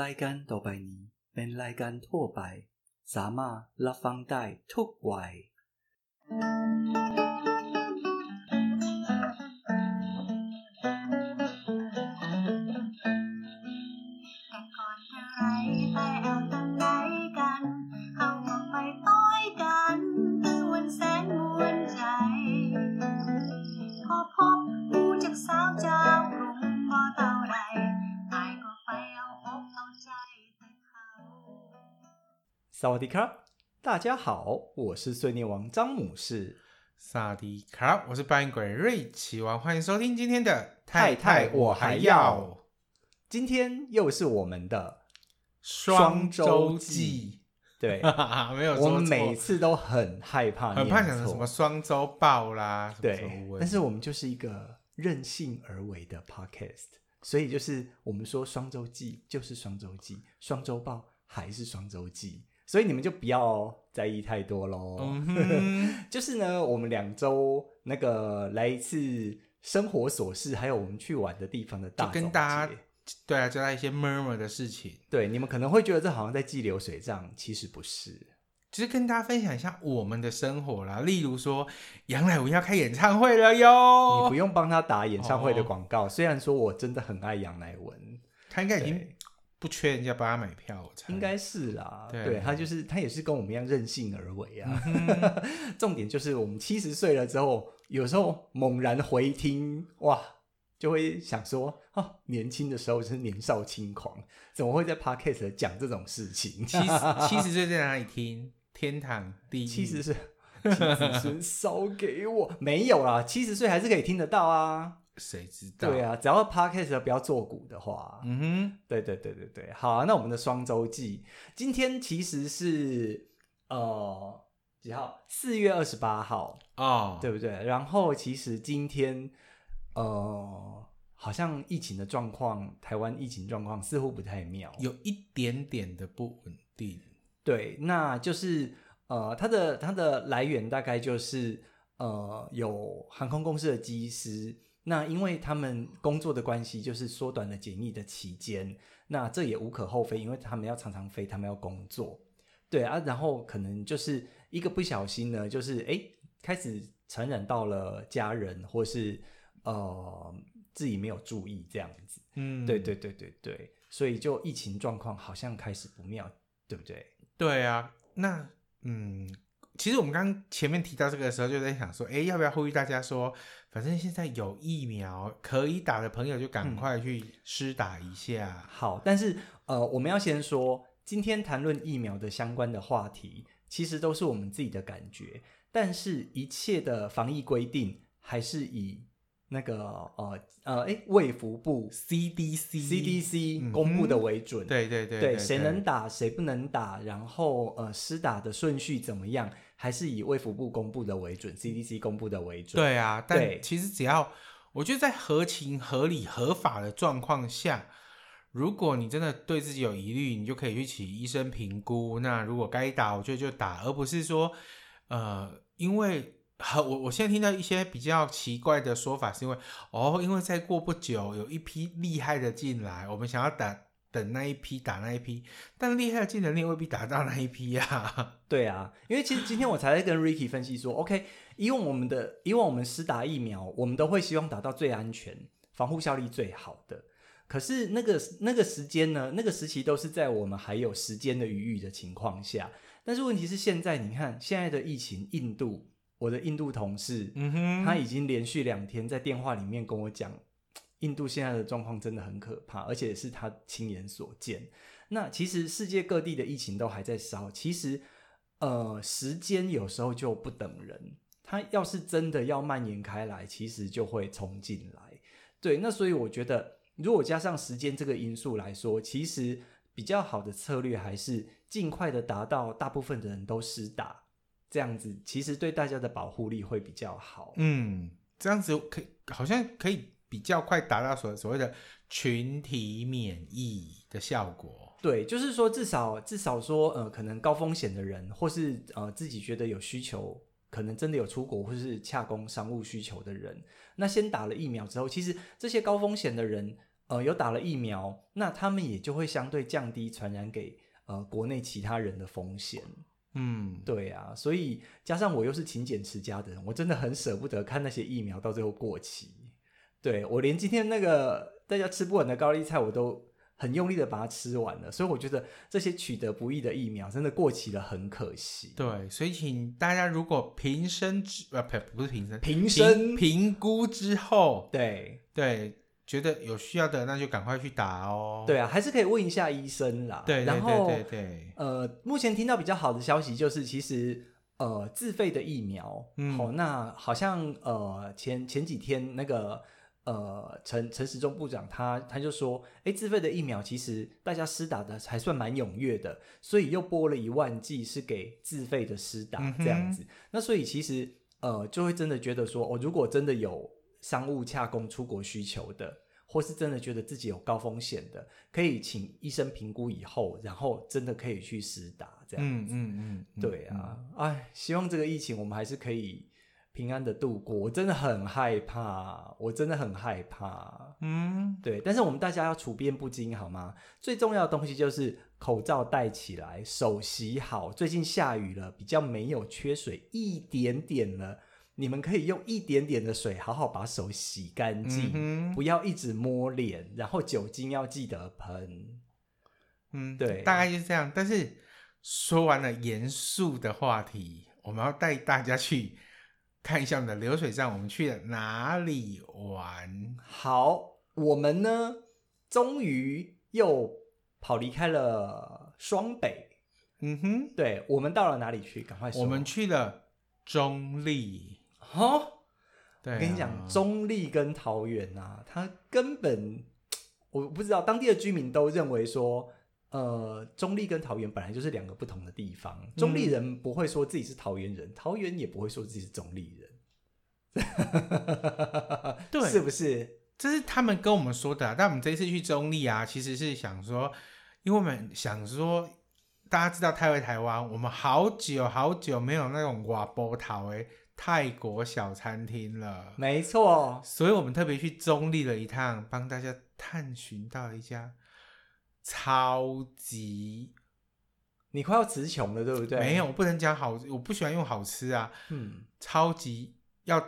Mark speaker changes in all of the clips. Speaker 1: รายการต่อไปนี้เป็นรายการทั่วไป สามารถรับฟังได้ทุกวัย
Speaker 2: แต่ก่อนจะไรแต่เอาตังไหนกัน เอาหมวกไปต้อยกันตื้อวันแสนมวนใจ พอพบผู้จากสาวเจ้ากรุงบ่เต่าไรตายก็ไปเอาอกเอาใจแต่เขา
Speaker 3: 萨瓦迪卡，大家好，我是碎念王张姆士。
Speaker 4: 萨迪卡，我是扮演鬼瑞奇王，欢迎收听今天的
Speaker 3: 太太我还要
Speaker 4: 要
Speaker 3: 今天又是我们的，
Speaker 4: 双
Speaker 3: 周
Speaker 4: 周
Speaker 3: 记
Speaker 4: 记，
Speaker 3: 对
Speaker 4: 哈哈哈，没有
Speaker 3: 我
Speaker 4: 说
Speaker 3: 们每
Speaker 4: 错，
Speaker 3: 次都很害怕，
Speaker 4: 很怕想成什么，双周报啦，什么什
Speaker 3: 对
Speaker 4: 么文，
Speaker 3: 但是我们就是一个任性而为的 podcast，所以就是我们说双周记就是双周记，双周报还是双周记，所以你们就不要在意太多喽。
Speaker 4: 嗯哼，
Speaker 3: 就是呢，我们两周那个来一次生活琐事，还有我们去玩的地方的大
Speaker 4: 就跟
Speaker 3: 总
Speaker 4: 大家
Speaker 3: 结
Speaker 4: 对啊，教他一些 murmur 的事情，
Speaker 3: 对，你们可能会觉得这好像在记流水账，其实不是。
Speaker 4: 只是跟大家分享一下我们的生活啦，例如说杨乃文要开演唱会了哟，
Speaker 3: 你不用帮他打演唱会的
Speaker 4: 哦
Speaker 3: 广告，虽然说我真的很爱杨乃文，
Speaker 4: 他应该已
Speaker 3: 对
Speaker 4: 经不缺人家帮他买票，我猜
Speaker 3: 应该是啦。
Speaker 4: 对
Speaker 3: 对啊他就是他也是跟我们一样任性而为啊。
Speaker 4: 嗯
Speaker 3: 重点就是我们七十岁了之后，有时候猛然回听，哇，就会想说，哦，年轻的时候真是年少轻狂，怎么会在 podcast 讲这种事情？
Speaker 4: 七十七十岁在哪里听？天堂地 狱，
Speaker 3: 七十岁，七子孙烧给我，没有啦，七十岁还是可以听得到啊。
Speaker 4: 谁知道？
Speaker 3: 对，啊，只要 podcast 不要做股的话，
Speaker 4: 嗯哼。
Speaker 3: 对对对对对，好、啊，那我们的双周记今天其实是呃几号？四月二十八号，
Speaker 4: 哦，
Speaker 3: 对，不对？然后其实今天呃，好像疫情的状况，台湾疫情状况似乎不太妙。
Speaker 4: 有一点点的不稳定。
Speaker 3: 对，那就是呃，它的它的来源大概就是呃，有航空公司的机师，那因为他们工作的关系，就是缩短了检疫的期间，那这也无可厚非，因为他们要常常飞，他们要工作，对啊，然后可能就是一个不小心呢，就是诶开始传染到了家人或是呃自己没有注意这样子，
Speaker 4: 嗯
Speaker 3: 对对对对对，所以就疫情状况好像开始不妙，对不对？
Speaker 4: 对啊，那嗯，其实我们刚前面提到这个的时候，就在想说，哎，要不要呼吁大家说，反正现在有疫苗可以打的朋友，就
Speaker 3: 嗯
Speaker 4: 赶快去施打一下。
Speaker 3: 好，但是呃，我们要先说，今天谈论疫苗的相关的话题，其实都是我们自己的感觉，但是一切的防疫规定还是以那个呃呃，哎，卫福部
Speaker 4: CDC
Speaker 3: CDC
Speaker 4: 嗯哼
Speaker 3: 公布的为准。
Speaker 4: 对对对
Speaker 3: 对，谁能？打谁不能打，然后呃，施打的顺序怎么样，还是以卫福部公布的为准，CDC 公布的为准。
Speaker 4: 对啊，
Speaker 3: 对
Speaker 4: 但其实只要我觉得在合情、合理、合法的状况下，如果你真的对自己有疑虑，你就可以去请医生评估。那如果该打，我觉得就打，而不是说，呃，因为和我我现在听到一些比较奇怪的说法，是因为哦，因为再过不久有一批厉害的进来，我们想要打等那一批打那一批，但厉害的进来，你也未必打到那一批呀、啊。
Speaker 3: 对啊，因为其实今天我才在跟 Ricky 分析说，OK，以往我们的以往我们施打疫苗，我们都会希望打到最安全、防护效力最好的。可是那个那个时间呢，那个时期都是在我们还有时间的余裕的情况下。但是问题是现在，你看现在的疫情，印度，我的印度同事，
Speaker 4: 嗯哼，
Speaker 3: 他已经连续两天在电话里面跟我讲，印度现在的状况真的很可怕，而且是他亲眼所见。那其实世界各地的疫情都还在烧，其实呃，时间有时候就不等人，它要是真的要蔓延开来，其实就会冲进来。对，那所以我觉得，如果加上时间这个因素来说，其实比较好的策略还是尽快的达到大部分的人都施打。这样子其实对大家的保护力会比较好。
Speaker 4: 嗯，这样子可以好像可以比较快达到所所谓的群体免疫的效果。
Speaker 3: 对，就是说至少至少说，呃，可能高风险的人，或是呃自己觉得有需求，可能真的有出国或是洽公商务需求的人，那先打了疫苗之后，其实这些高风险的人，呃有打了疫苗，那他们也就会相对降低传染给呃国内其他人的风险。
Speaker 4: 嗯，
Speaker 3: 对啊，所以加上我又是勤俭持家的人，我真的很舍不得看那些疫苗到最后过期。对我连今天那个大家吃不完的高丽菜，我都很用力的把它吃完了，所以我觉得这些取得不易的疫苗真的过期了，很可惜。
Speaker 4: 对，所以请大家如果平生之呃不不是平生
Speaker 3: 平生
Speaker 4: 评估之后，
Speaker 3: 对
Speaker 4: 对，觉得有需要的那就赶快去打哦。
Speaker 3: 对啊，还是可以问一下医生啦。
Speaker 4: 对，对
Speaker 3: 然后
Speaker 4: 对对对，
Speaker 3: 呃，目前听到比较好的消息就是，其实呃，自费的疫苗，
Speaker 4: 嗯
Speaker 3: 哦，那好像呃前前几天那个呃陈陈时中部长他他就说，哎，自费的疫苗其实大家施打的还算蛮踊跃的，所以又拨了一万剂是给自费的施打、
Speaker 4: 嗯哼
Speaker 3: 这样子。那所以其实呃，就会真的觉得说，哦，如果真的有商务洽公出国需求的，或是真的觉得自己有高风险的，可以请医生评估以后，然后真的可以去实打这样。
Speaker 4: 嗯嗯嗯嗯，
Speaker 3: 对啊，哎，希望这个疫情我们还是可以平安的度过。我真的很害怕，我真的很害怕。
Speaker 4: 嗯，
Speaker 3: 对，但是我们大家要处变不惊，好吗？最重要的东西就是口罩戴起来，手洗好。最近下雨了，比较没有缺水一点点了，你们可以用一点点的水好好把手洗干净，
Speaker 4: 嗯哼
Speaker 3: 不要一直摸脸，然后酒精要记得喷。
Speaker 4: 嗯，
Speaker 3: 对
Speaker 4: 大概就是这样。但是说完了严肃的话题，我们要带大家去 看一下我们的流水账，我们去了哪里玩？
Speaker 3: 好，我们呢，终于又跑离开了双北。
Speaker 4: 嗯哼，
Speaker 3: 对，我们到了哪里去？赶快说。
Speaker 4: 我们去了中立。
Speaker 3: 哦，
Speaker 4: 对、啊
Speaker 3: 我跟你讲，，中立跟桃园啊，它根本我不知道，当地的居民都认为说，呃，中立跟桃园本来就是两个不同的地方。
Speaker 4: 嗯
Speaker 3: 中立人不会说自己是桃园人，桃园也不会说自己是中立人。
Speaker 4: 对
Speaker 3: 是不是？
Speaker 4: 这是他们跟我们说的、啊。但我们这一次去中立啊，其实是想说，因为我们想说，大家知道太回台湾，我们好久好久没有那种瓦波桃诶泰国小餐厅了。
Speaker 3: 没错，
Speaker 4: 所以我们特别去中立了一趟，帮大家探寻到一家超级
Speaker 3: 你快要词穷了，对不对？
Speaker 4: 没有，，我不能讲好，我不喜欢用好吃啊，
Speaker 3: 嗯，
Speaker 4: 超级要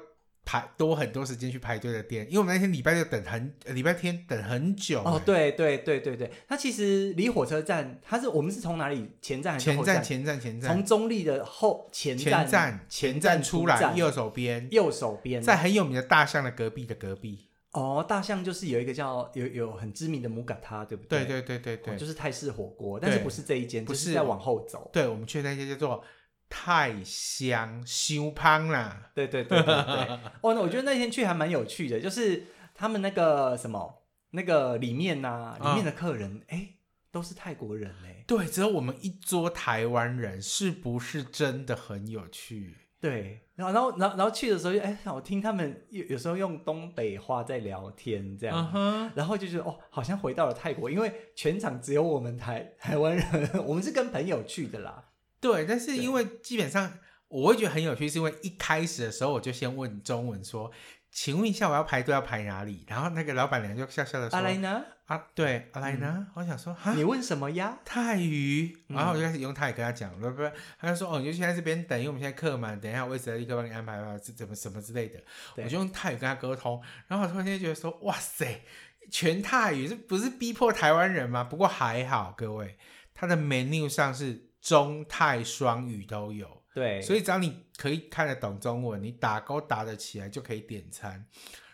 Speaker 4: 排多很多时间去排队的店，因为我们那天礼拜六等很，呃礼拜天等很久、
Speaker 3: 哦
Speaker 4: 欸，
Speaker 3: 对对对对对，它其实离火车站，它是我们是从哪里？前站还是
Speaker 4: 前
Speaker 3: 后
Speaker 4: 站前站前
Speaker 3: 从
Speaker 4: 站
Speaker 3: 中立的后前站
Speaker 4: 前站前站出来
Speaker 3: 站
Speaker 4: 右手边，
Speaker 3: 右手边
Speaker 4: 在很有名的大象的隔壁的隔壁，
Speaker 3: 哦，大象就是有一个叫有有很知名的母嘎塔，对不
Speaker 4: 对
Speaker 3: 对
Speaker 4: 对对对对，
Speaker 3: 哦就是泰式火锅，但是
Speaker 4: 对
Speaker 3: 不是这一间，
Speaker 4: 不
Speaker 3: 就是是再往后走。
Speaker 4: 对我们去的那家叫做太香修胖啦，
Speaker 3: 对对对对 对，哦，那我觉得那天去还蛮有趣的，就是他们那个什么那个里面呐、
Speaker 4: 嗯
Speaker 3: 里面的客人哎、诶都是泰国人哎、诶
Speaker 4: 对，只有我们一桌台湾人，是不是真的很有趣？
Speaker 3: 对，然后然后然后然后去的时候就哎、我听他们有有时候用东北话在聊天这样。
Speaker 4: 嗯哼，
Speaker 3: 然后就觉得哦，好像回到了泰国，因为全场只有我们台台湾人， 我们是跟朋友去的啦。
Speaker 4: 对，但是因为基本上我会觉得很有趣，是因为一开始的时候我就先问中文说：“请问一下，我要排队要排哪里？”然后那个老板娘就笑笑的说：“
Speaker 3: 阿莱呢？
Speaker 4: 啊，对，阿莱呢？”我想说哈。
Speaker 3: 你问什么呀？
Speaker 4: 泰语，
Speaker 3: 嗯
Speaker 4: 然后我就开始用泰语跟他讲，不不，不他就说哦，你就先在这边等，因为我们现在客满，等一下我也直接立刻帮你安排吧，这怎么什么之类的，
Speaker 3: 对
Speaker 4: 我就用泰语跟他沟通，然后我突然间觉得说，哇塞，全泰语这不是逼迫台湾人吗？不过还好，各位，它的 menu 上是中泰双语都有，
Speaker 3: 对，
Speaker 4: 所以只要你可以看得懂中文，你打勾打得起来就可以点餐。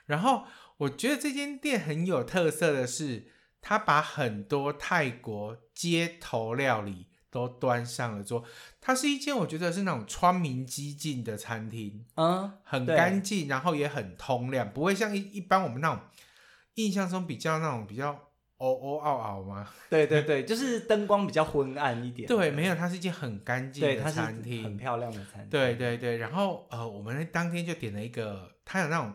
Speaker 4: 然后我觉得这间店很有特色的是，它把很多泰国街头料理都端上了桌。它是一间我觉得是那种窗明几净的餐厅，
Speaker 3: 嗯，
Speaker 4: 很
Speaker 3: 对
Speaker 4: 干净，然后也很通亮，不会像一一般我们那种印象中比较那种比较哦哦嗷嗷嘛。
Speaker 3: 对对对，就是灯光比较昏暗一点。
Speaker 4: 对，没有，它是一间很干净
Speaker 3: 对，
Speaker 4: 的
Speaker 3: 它是
Speaker 4: 餐厅，
Speaker 3: 很漂亮的餐厅。
Speaker 4: 对对对，然后呃，我们当天就点了一个，它有那种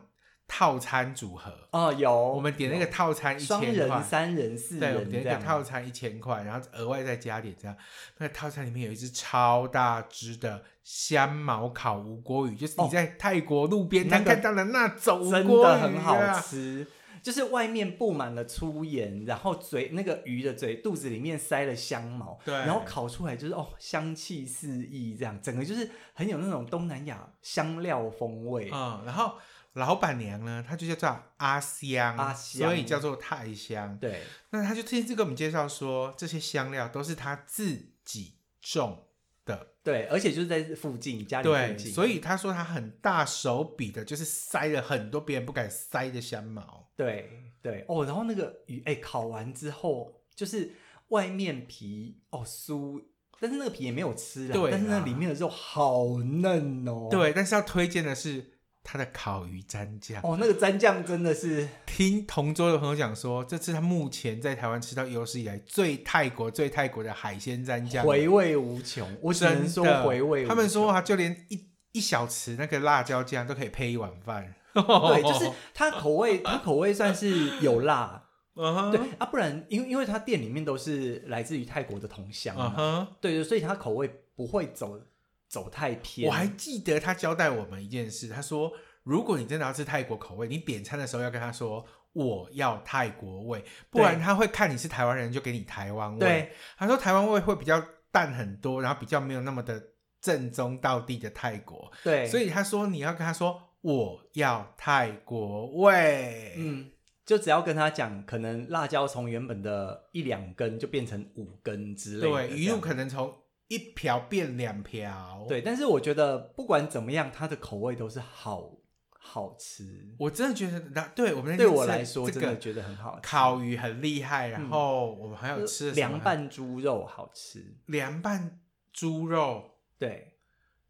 Speaker 4: 套餐组合，
Speaker 3: 哦，有
Speaker 4: 我们点那个
Speaker 3: 有
Speaker 4: 套餐一
Speaker 3: 双
Speaker 4: 千
Speaker 3: 人、
Speaker 4: 块，
Speaker 3: 三人、四
Speaker 4: 对，我
Speaker 3: 人
Speaker 4: 们
Speaker 3: 这
Speaker 4: 点那
Speaker 3: 样
Speaker 4: 个。套餐一千块，然后额外再加点这样。那个套餐里面有一只超大只的香茅烤无锅鱼，就是你
Speaker 3: 哦
Speaker 4: 在泰国路边摊
Speaker 3: 那个
Speaker 4: 看到的那种无
Speaker 3: 真
Speaker 4: 锅
Speaker 3: 的
Speaker 4: 鱼
Speaker 3: 很好
Speaker 4: 啊，
Speaker 3: 吃，就是外面布满了粗盐，然后嘴那个鱼的嘴肚子里面塞了香茅，
Speaker 4: 对
Speaker 3: 然后烤出来就是哦香气四溢，这样整个就是很有那种东南亚香料风味。
Speaker 4: 嗯，然后老板娘呢，她就叫做阿香，
Speaker 3: 阿香
Speaker 4: 所以叫做泰香。
Speaker 3: 对，
Speaker 4: 那她就特地给我们介绍说，这些香料都是她自己种的，
Speaker 3: 对，而且就是在附近家里附
Speaker 4: 对，
Speaker 3: 近，
Speaker 4: 所以她说她很大手笔的，就是塞了很多别人不敢塞的香茅。
Speaker 3: 对对哦，然后那个鱼哎、烤完之后，就是外面皮哦酥，但是那个皮也没有吃啦，
Speaker 4: 对
Speaker 3: 但是那
Speaker 4: 啦
Speaker 3: 里面的肉好嫩哦，
Speaker 4: 对，但是要推荐的是她的烤鱼蘸酱。
Speaker 3: 哦，那个蘸酱真的是
Speaker 4: 听同桌的朋友讲说，这是他目前在台湾吃到有史以来最泰国、最泰国的海鲜蘸酱了，
Speaker 3: 回味无穷，我只能
Speaker 4: 真
Speaker 3: 说
Speaker 4: 的
Speaker 3: 回味无穷。
Speaker 4: 他们说啊，就连一一小匙那个辣椒酱都可以配一碗饭。
Speaker 3: 对，
Speaker 4: 对
Speaker 3: 就是它口味，它口味算是有辣，
Speaker 4: 嗯哼，
Speaker 3: 对啊，不然因为因为它店里面都是来自于泰国的同乡
Speaker 4: 嗯
Speaker 3: 嘛，
Speaker 4: 哼。
Speaker 3: 对对，所以它口味不会走走太偏。
Speaker 4: 我还记得他交代我们一件事，他说，如果你真的要吃泰国口味，你点餐的时候要跟他说。我要泰国味，不然他会看你是台湾人就给你台湾味。
Speaker 3: 对，
Speaker 4: 他说台湾味会比较淡很多，然后比较没有那么的正宗到地的泰国。
Speaker 3: 对，
Speaker 4: 所
Speaker 3: 以
Speaker 4: 以他说你要跟他说我要泰国味，
Speaker 3: 嗯，就只要跟他讲，可能辣椒从原本的一两根就变成五根之类的这样，
Speaker 4: 对，鱼露可能从一瓢变两瓢。，
Speaker 3: 对，但是我觉得不管怎么样，它的口味都是好好吃。
Speaker 4: 我真的觉得那对我们那
Speaker 3: 对
Speaker 4: 天
Speaker 3: 我
Speaker 4: 吃
Speaker 3: 来说，
Speaker 4: 这
Speaker 3: 真
Speaker 4: 个
Speaker 3: 的觉得很好吃。
Speaker 4: 烤鱼很厉害，然
Speaker 3: 嗯
Speaker 4: 后我们还有吃了什么
Speaker 3: 凉拌猪肉好吃，
Speaker 4: 凉拌猪肉，
Speaker 3: 对，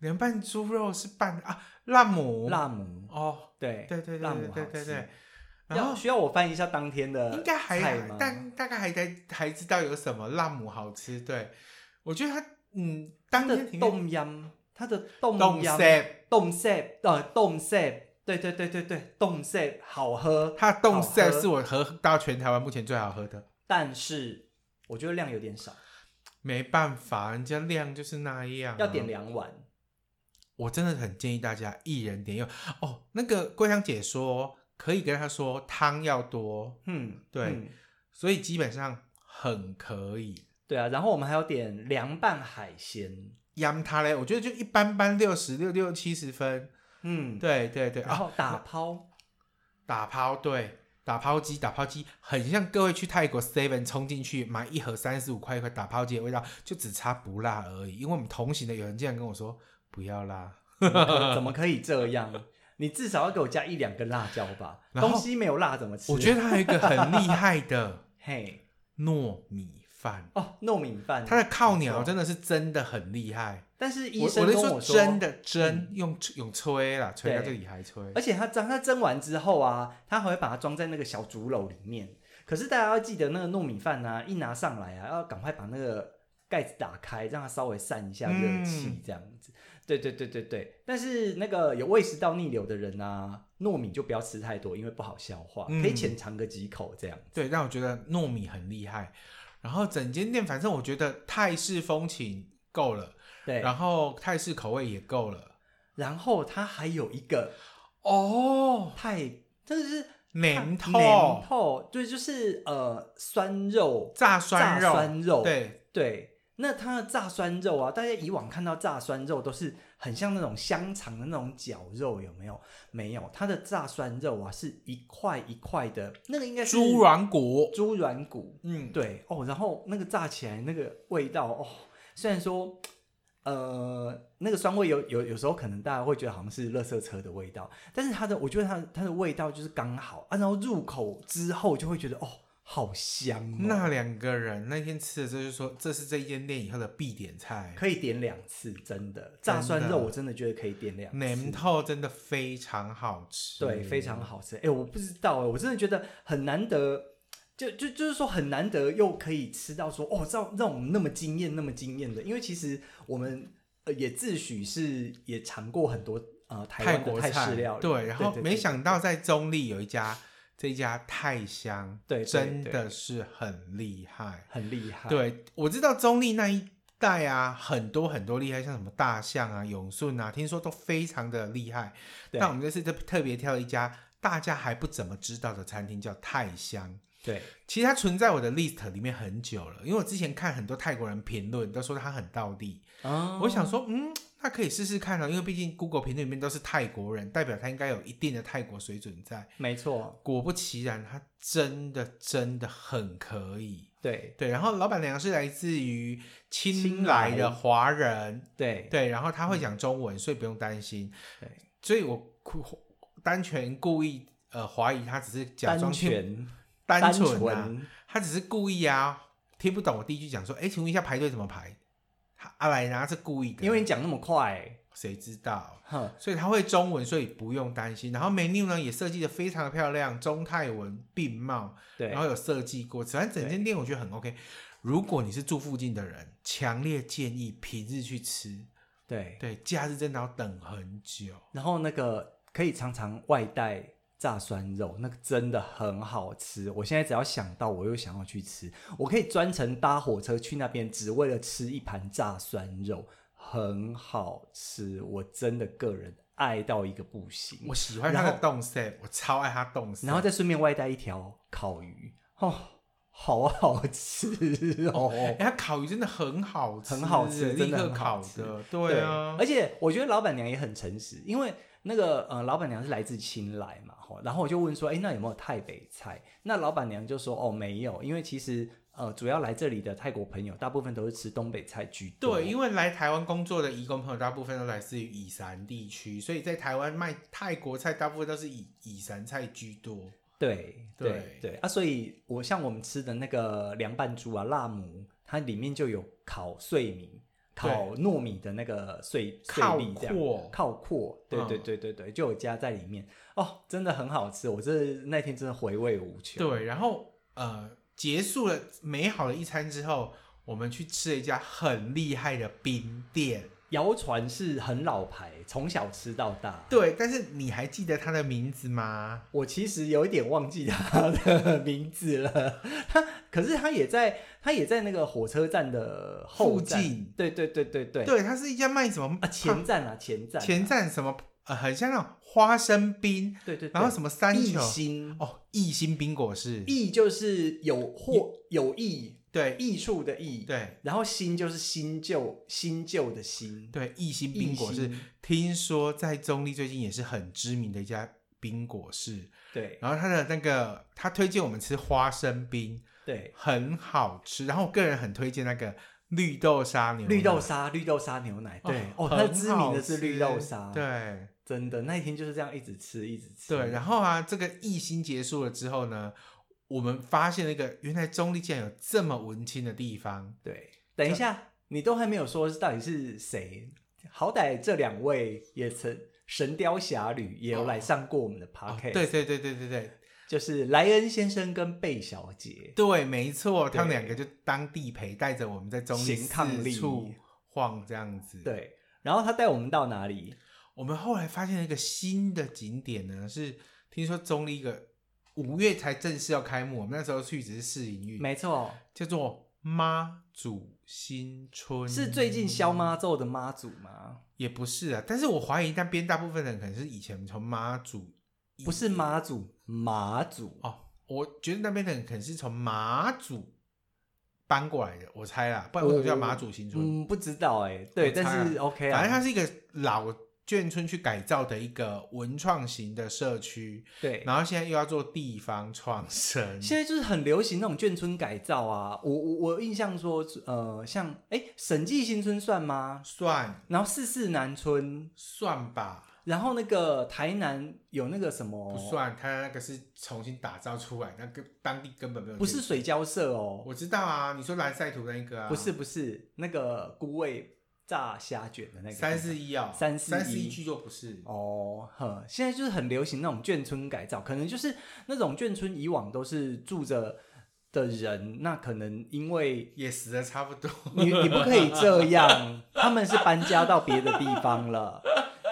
Speaker 4: 凉拌猪肉是拌啊辣母
Speaker 3: 辣母，
Speaker 4: 哦，
Speaker 3: 对
Speaker 4: 对对
Speaker 3: 辣
Speaker 4: 对
Speaker 3: 母
Speaker 4: 对
Speaker 3: 好
Speaker 4: 对
Speaker 3: 吃
Speaker 4: 对。，然
Speaker 3: 要
Speaker 4: 后
Speaker 3: 需要我翻译一下当天的
Speaker 4: 应该
Speaker 3: 菜
Speaker 4: 还
Speaker 3: 吗？
Speaker 4: 但大概还在还知道有什么辣母好吃，对我觉得它嗯
Speaker 3: 它
Speaker 4: 当
Speaker 3: 的
Speaker 4: 天
Speaker 3: 冻ยํ，它的冻
Speaker 4: 冻
Speaker 3: ยํ，
Speaker 4: 塞，
Speaker 3: 冻塞，呃，冻塞，对对对对对，冻塞好喝，
Speaker 4: 它的冻塞
Speaker 3: 好喝
Speaker 4: 是我喝到全台湾目前最好喝的。
Speaker 3: 但是我觉得量有点少，
Speaker 4: 啊没办法，人家量就是那样、啊
Speaker 3: 要点。两碗。
Speaker 4: 我真的很建议大家一人点一碗哦。那个桂香姐说可以跟她说汤要多，
Speaker 3: 嗯，
Speaker 4: 对
Speaker 3: 嗯
Speaker 4: 所以基本上很可以。
Speaker 3: 对啊，然后我们还要点凉拌海鲜，
Speaker 4: 养它嘞，我觉得就一般般，六十六六七十分。
Speaker 3: 嗯，，
Speaker 4: 对对对，
Speaker 3: 然
Speaker 4: 啊，
Speaker 3: 后打 抛，
Speaker 4: 打抛对。打抛机，打抛机很像各位去泰国 Seven 冲进去买一盒三十五块一块打抛机的味道，就只差不辣而已。因为我们同行的有人竟然跟我说不要辣，
Speaker 3: 怎么可怎么可以这样？你至少要给我加一两根辣椒吧，
Speaker 4: 然后
Speaker 3: 东西没有辣怎么吃？
Speaker 4: 我觉得它有一个很厉害的，
Speaker 3: 嘿，
Speaker 4: 糯米饭，
Speaker 3: 哦，糯米饭，
Speaker 4: 它的靠
Speaker 3: 没
Speaker 4: 鸟
Speaker 3: 错
Speaker 4: 真，的是真的很厉害。
Speaker 3: 但是医
Speaker 4: 我
Speaker 3: 生
Speaker 4: 我是
Speaker 3: 跟
Speaker 4: 说
Speaker 3: 说嗯
Speaker 4: 真，的真用用吹啦，吹到
Speaker 3: 对
Speaker 4: 这里还吹。
Speaker 3: 而且他蒸他蒸完之后啊，他还会把它装在那个小竹篓里面。可是大家要记得，那个糯米饭啊，一拿上来啊，要赶快把那个盖子打开，让它稍微散一下热气
Speaker 4: 嗯，
Speaker 3: 这样子。对对对对对。但是那个有胃食道逆流的人啊，糯米就不要吃太多，因为不好消化，
Speaker 4: 嗯
Speaker 3: 可以浅尝个几口这样。
Speaker 4: 对，让我觉得糯米很厉害。然后整间店，反正我觉得泰式风情够了，
Speaker 3: 对，
Speaker 4: 然后泰式口味也够了。
Speaker 3: 然后它还有一个
Speaker 4: 哦，
Speaker 3: 太真的是
Speaker 4: 年
Speaker 3: 太
Speaker 4: 头
Speaker 3: 年头，对，就是呃酸肉
Speaker 4: 炸酸肉，
Speaker 3: 炸酸肉，
Speaker 4: 对，
Speaker 3: 对，那它的炸酸肉啊，大家以往看到炸酸肉都是很像那种香肠的那种绞肉，有没有？没有，它的炸酸肉啊是一块一块的，那个应该是
Speaker 4: 猪软骨，
Speaker 3: 猪软骨，
Speaker 4: 嗯，
Speaker 3: 对哦，然后那个炸起来那个味道哦，虽然说。呃，那个酸味有有有时候可能大家会觉得好像是垃圾车的味道，但是它的我觉得它它的味道就是刚好啊，然后入口之后就会觉得哦，好香哦、
Speaker 4: 那两个人那天吃的，这就是说这是这一间店以后的必点菜。
Speaker 3: 可以点两次，真的炸酸肉我真的觉得可以点两
Speaker 4: 年
Speaker 3: 次，
Speaker 4: 头真的非常好吃，
Speaker 3: 对，非常。好吃。哎、我不知道哎、我真的觉得很难得，就就就是说很难得又可以吃到说哦，让让我们那么惊艳，那么惊艳的，因为其实我们、呃、也自诩是也尝过很多呃
Speaker 4: 泰
Speaker 3: 台湾
Speaker 4: 国
Speaker 3: 的
Speaker 4: 菜
Speaker 3: 泰式料理，
Speaker 4: 对，然后
Speaker 3: 对
Speaker 4: 没想到在中立有一家，这一家泰香，
Speaker 3: 对对
Speaker 4: 真
Speaker 3: 对
Speaker 4: 的是很厉害。
Speaker 3: 很厉害，
Speaker 4: 对，我知道中立那一带啊，很多很多厉害，像什么大象啊、永顺啊，听说都非常的厉害。
Speaker 3: 对
Speaker 4: 但我们这次特特别挑了一家大家还不怎么知道的餐厅叫泰香。
Speaker 3: 对，
Speaker 4: 其实它存在我的 list 里面很久了，因为我之前看很多泰国人评论都说它很道地，
Speaker 3: 啊
Speaker 4: 我想说，嗯，那可以试试看哦，因为毕竟 Google 评论里面都是泰国人，代表他应该有一定的泰国水准在。
Speaker 3: 没错，
Speaker 4: 果不其然，他真的真的很可以。
Speaker 3: 对
Speaker 4: 对，然后老板娘是来自于清
Speaker 3: 清
Speaker 4: 莱
Speaker 3: 莱
Speaker 4: 的华人，
Speaker 3: 对嗯
Speaker 4: 对，然后他会讲中文，所以不用担心。
Speaker 3: 对，
Speaker 4: 所以我故单纯故意呃怀疑他只是假
Speaker 3: 单
Speaker 4: 装听
Speaker 3: 纯
Speaker 4: 单纯啊，
Speaker 3: 纯
Speaker 4: 他只是故意啊，听不懂我第一句讲说，哎，请问一下排队怎么排？啊他阿莱拿是故意的，
Speaker 3: 因为你讲那么快，
Speaker 4: 谁知道？
Speaker 3: 哼，
Speaker 4: 所以他会中文，所以不用担心。然后 menu 呢也设计的非常的漂亮，中泰文并茂，
Speaker 3: 对
Speaker 4: 然后有设计过，反正整间店我觉得很 OK。如果你是住附近的人，强烈建议平日去吃，
Speaker 3: 对，
Speaker 4: 对，假日真的要等很久。
Speaker 3: 然后那个可以常常外带炸酸肉，那个真的很好吃。我现在只要想到，我又想要去吃，我可以专程搭火车去那边，只为了吃一盘炸酸肉，很好吃。我真的个人爱到一个不行，
Speaker 4: 我喜欢它
Speaker 3: 嗯
Speaker 4: 的
Speaker 3: 然后
Speaker 4: 动色，我超爱它动色。
Speaker 3: 然后再顺便外带一条烤鱼，哦，好好吃哦。
Speaker 4: 哎，它烤鱼真的很好吃，
Speaker 3: 很好吃
Speaker 4: 立
Speaker 3: 真的
Speaker 4: 刻
Speaker 3: 很好
Speaker 4: 烤
Speaker 3: 吃
Speaker 4: 的，对啊，
Speaker 3: 而且我觉得老板娘也很诚实，因为那个呃，老板娘是来自青莱嘛，吼，然后我就问说，哎，那有没有泰北菜？那老板娘就说，哦，没有，因为其实呃，主要来这里的泰国朋友大部分都是吃东北菜居多。
Speaker 4: 对，因
Speaker 3: 为
Speaker 4: 为来台湾工作的移工朋友大部分都来自于以山地区，所以在台湾卖泰国菜大部分都是以以山菜居多。
Speaker 3: 对
Speaker 4: 对
Speaker 3: 对对啊，所以我像我们吃的那个凉拌猪啊，辣母，它里面就有烤碎米。烤糯米的那个碎碎
Speaker 4: 靠
Speaker 3: 粒这样
Speaker 4: 阔，
Speaker 3: 靠阔，对对
Speaker 4: 嗯
Speaker 3: 对对对，就有加在里面哦，真的很好吃，我这那天真的回味无穷。
Speaker 4: 对，然后呃，结束了美好的一餐之后，我们去吃了一家很厉害的冰店。
Speaker 3: 谣传是很老牌，从小吃到大。
Speaker 4: 对，但是你还记得它的名字吗？
Speaker 3: 我其实有一点忘记他的 名字了，他可是他也在，他也在那个火车站的后
Speaker 4: 附
Speaker 3: 站
Speaker 4: 近
Speaker 3: 对对对对对
Speaker 4: 对，它呃是一家卖什么
Speaker 3: 啊，前站啊，前站啊、
Speaker 4: 前站什么呃，很像那种花生冰，
Speaker 3: 对对对，
Speaker 4: 然后什
Speaker 3: 么
Speaker 4: 么三
Speaker 3: 意
Speaker 4: 球
Speaker 3: 心
Speaker 4: 哦，意心冰果是，
Speaker 3: 意就是有或有益
Speaker 4: 对
Speaker 3: 益处的益，，
Speaker 4: 对
Speaker 3: 然后新就是新旧新旧的新，
Speaker 4: 对，意心
Speaker 3: 益
Speaker 4: 冰果是
Speaker 3: 心
Speaker 4: 听说在中立最近也是很知名的一家冰果室，
Speaker 3: 对
Speaker 4: 然后他的那个他推荐我们吃花生冰，
Speaker 3: 对，
Speaker 4: 很好吃，然后我个人很推荐那个绿豆沙牛奶，
Speaker 3: 绿豆沙绿豆沙牛奶，对哦，它
Speaker 4: 很
Speaker 3: 知名
Speaker 4: 好
Speaker 3: 的是绿
Speaker 4: 吃
Speaker 3: 豆沙，
Speaker 4: 对
Speaker 3: 真的，那一天就是这样一直吃，一直吃。
Speaker 4: 对，然后啊，这个意心结束了之后呢，我们发现那个原来中立竟然有这么文青的地方，
Speaker 3: 对，等一下，你都还没有说到底是谁，好歹这两位也曾《神雕侠侣》也有来上过我们的 p o
Speaker 4: 哦
Speaker 3: c a s t
Speaker 4: 对，对对对对对
Speaker 3: 就是莱恩先生跟贝小姐。
Speaker 4: 对，没错，
Speaker 3: 对
Speaker 4: 他们两个就当地陪，带着我们在中立
Speaker 3: 行抗力
Speaker 4: 四处晃这样子。，
Speaker 3: 对，然后他带我们到哪里？
Speaker 4: 我们后来发现了一个新的景点呢，是听说中立一个五月才正式要开幕，我们那时候去只是试营运，
Speaker 3: 没错，
Speaker 4: 叫做妈祖新村，
Speaker 3: 是最近消？妈咒的妈祖吗？
Speaker 4: 也不是啊，但是我怀疑那边大部分人可能是以前从妈祖，
Speaker 3: 不是妈祖，马祖。
Speaker 4: 哦，我觉得那边的人可能是从马祖搬过来的，我猜啦，不然为什么叫马祖新村？
Speaker 3: 嗯，不知道哎、对，
Speaker 4: 我猜啊
Speaker 3: 但是 OK 啊，
Speaker 4: 反正它是一个老眷村去改造的一个文创型的社区，
Speaker 3: 对，
Speaker 4: 然后现在又要做地方创生。
Speaker 3: 现在就是很流行那种眷村改造啊，我我我印象说，呃，像哎审计新村算吗？
Speaker 4: 算
Speaker 3: 然后四四南村，
Speaker 4: 算吧，
Speaker 3: 然后那个台南有那个什么，
Speaker 4: 不，算，它那个是重新打造出来，那个当地根本没有。
Speaker 3: 不是，水交社哦，
Speaker 4: 我知道啊，你说蓝赛图那个啊，
Speaker 3: 不是不是那个孤味炸虾卷的那个
Speaker 4: 三四一哦，
Speaker 3: 三四一
Speaker 4: 三四一区就不是。
Speaker 3: 哦，呵，现在就是很流行那种眷村改造，可能就是那种眷村以往都是住着的人，那可能因为
Speaker 4: 也死的差不 多，
Speaker 3: 你你不可以这样，他们是搬家到别的地方了。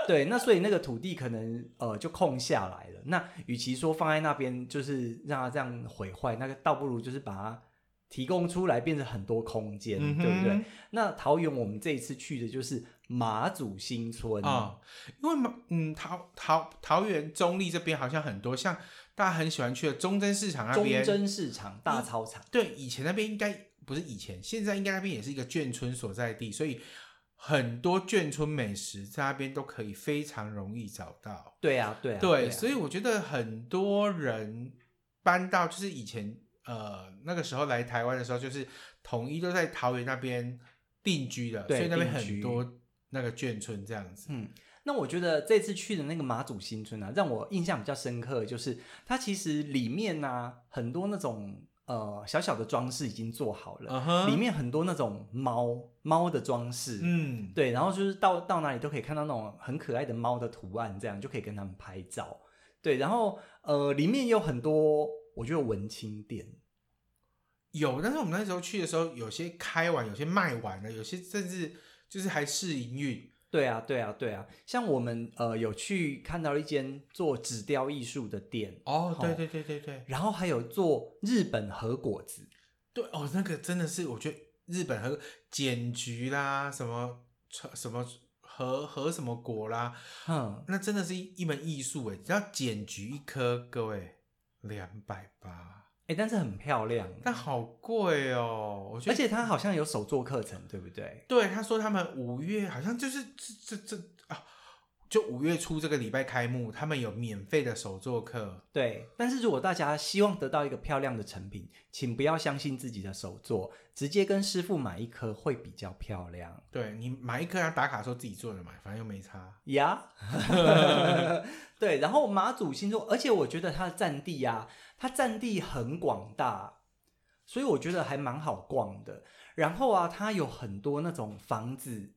Speaker 3: 对，那所以那个土地可能呃就空下来了。那与其说放在那边就是让它这样毁坏，那个倒不如就是把它提供出来，变成很多空间，对不对？
Speaker 4: 嗯哼
Speaker 3: 那桃园我们这一次去的就是马祖新村
Speaker 4: 啊、因为嘛，嗯，桃桃桃园中立这边好像很多，像大家很喜欢去的中贞市场那
Speaker 3: 忠
Speaker 4: 边，
Speaker 3: 贞市场大操场，
Speaker 4: 对，以前那边应该不是以前，现在应该那边也是一个眷村所在地，所以很多眷村美食在那边都可以非常容易找到。
Speaker 3: 对啊，对啊，
Speaker 4: 对，
Speaker 3: 啊
Speaker 4: 所以我觉得很多人搬到就是以前呃那个时候来台湾的时候，就是统一都在桃园那边定居了，所
Speaker 3: 对
Speaker 4: 以那边
Speaker 3: 定居
Speaker 4: 很多那个眷村这样子。
Speaker 3: 嗯，那我觉得这次去的那个马祖新村啊，让我印象比较深刻，的就是它其实里面呢、很多那种呃小小的装饰已经做好了，
Speaker 4: 嗯哼，
Speaker 3: 里面很多那种猫猫的装饰，
Speaker 4: 嗯，
Speaker 3: 对，然后就是到到哪里都可以看到那种很可爱的猫的图案，这样就可以跟他们拍照。对，然后呃，里面有很多我觉得文青店，
Speaker 4: 有，但是我们那时候去的时候，有些开完，有些卖完了，有些甚至就是还试营运。
Speaker 3: 对啊，对啊，对啊，像我们呃有去看到一间做纸雕艺术的店，
Speaker 4: 哦对
Speaker 3: 哦
Speaker 4: 对对对对
Speaker 3: 然后还有做日本和果子，
Speaker 4: 对哦，那个真的是，我觉得日本和简菊啦，什么什么和和什么果啦，
Speaker 3: 嗯，
Speaker 4: 那真的是一一门艺术欸诶。只要简菊一颗，各位两百八，
Speaker 3: 哎，但是很漂亮，
Speaker 4: 但好贵哦。我觉得，
Speaker 3: 而且它好像有手作课程，对不对？
Speaker 4: 对他说他们五月好像就是这这这啊，就五月初这个礼拜开幕，他们有免费的手作课。
Speaker 3: 对，但是如果大家希望得到一个漂亮的成品，请不要相信自己的手作，直接跟师傅买一颗会比较漂亮。
Speaker 4: 对你买一颗要打卡说自己做的嘛，反正又没差。
Speaker 3: 呀、 对，然后马祖星座，而且我觉得它的占地啊，它占地很广大，所以我觉得还蛮好逛的。然后啊，它有很多那种房子，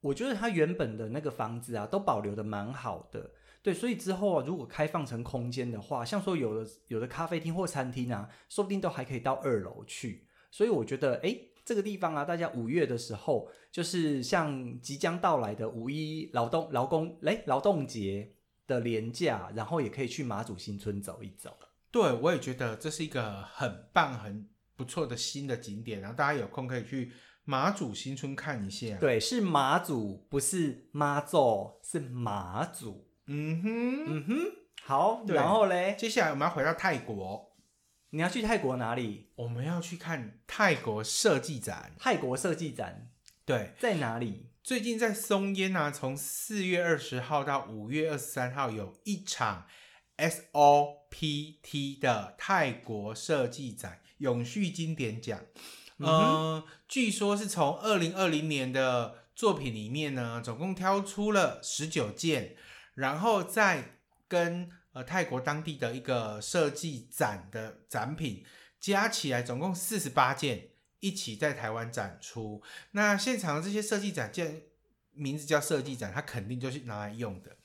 Speaker 3: 我觉得它原本的那个房子啊，都保留的蛮好的。对，所以之后啊，如果开放成空间的话，像说有的有的咖啡厅或餐厅啊，说不定都还可以到二楼去。所以我觉得，哎，这个地方啊，大家五月的时候，就是像即将到来的五一劳动劳工哎劳动节的连假，然后也可以去马祖新村走一走。
Speaker 4: 对，我也觉得这是一个很棒、很不错的新的景点，然后大家有空可以去马祖新村看一下。，
Speaker 3: 对，是马祖，不是妈祖，是马祖。
Speaker 4: 嗯哼。
Speaker 3: 嗯哼，好，
Speaker 4: 对
Speaker 3: 然后嘞，
Speaker 4: 接下来我们要回到泰国，
Speaker 3: 你要去泰国哪里？
Speaker 4: 我们要去看泰国设计展。
Speaker 3: 泰国设计展
Speaker 4: 对，
Speaker 3: 在哪里？
Speaker 4: 最近在松烟啊，从四月二十号到五月二十三号有一场 SOPT 的泰国设计展永续经典奖。
Speaker 3: 嗯
Speaker 4: 嗯、
Speaker 3: 哼
Speaker 4: 据说是从二零二零年的作品里面呢，总共挑出了十九件，然后再跟呃泰国当地的一个设计展的展品加起来，总共四十八件，一起在台湾展出。那现场的这些设计展件，名字叫设计展，它肯定就是拿来用的。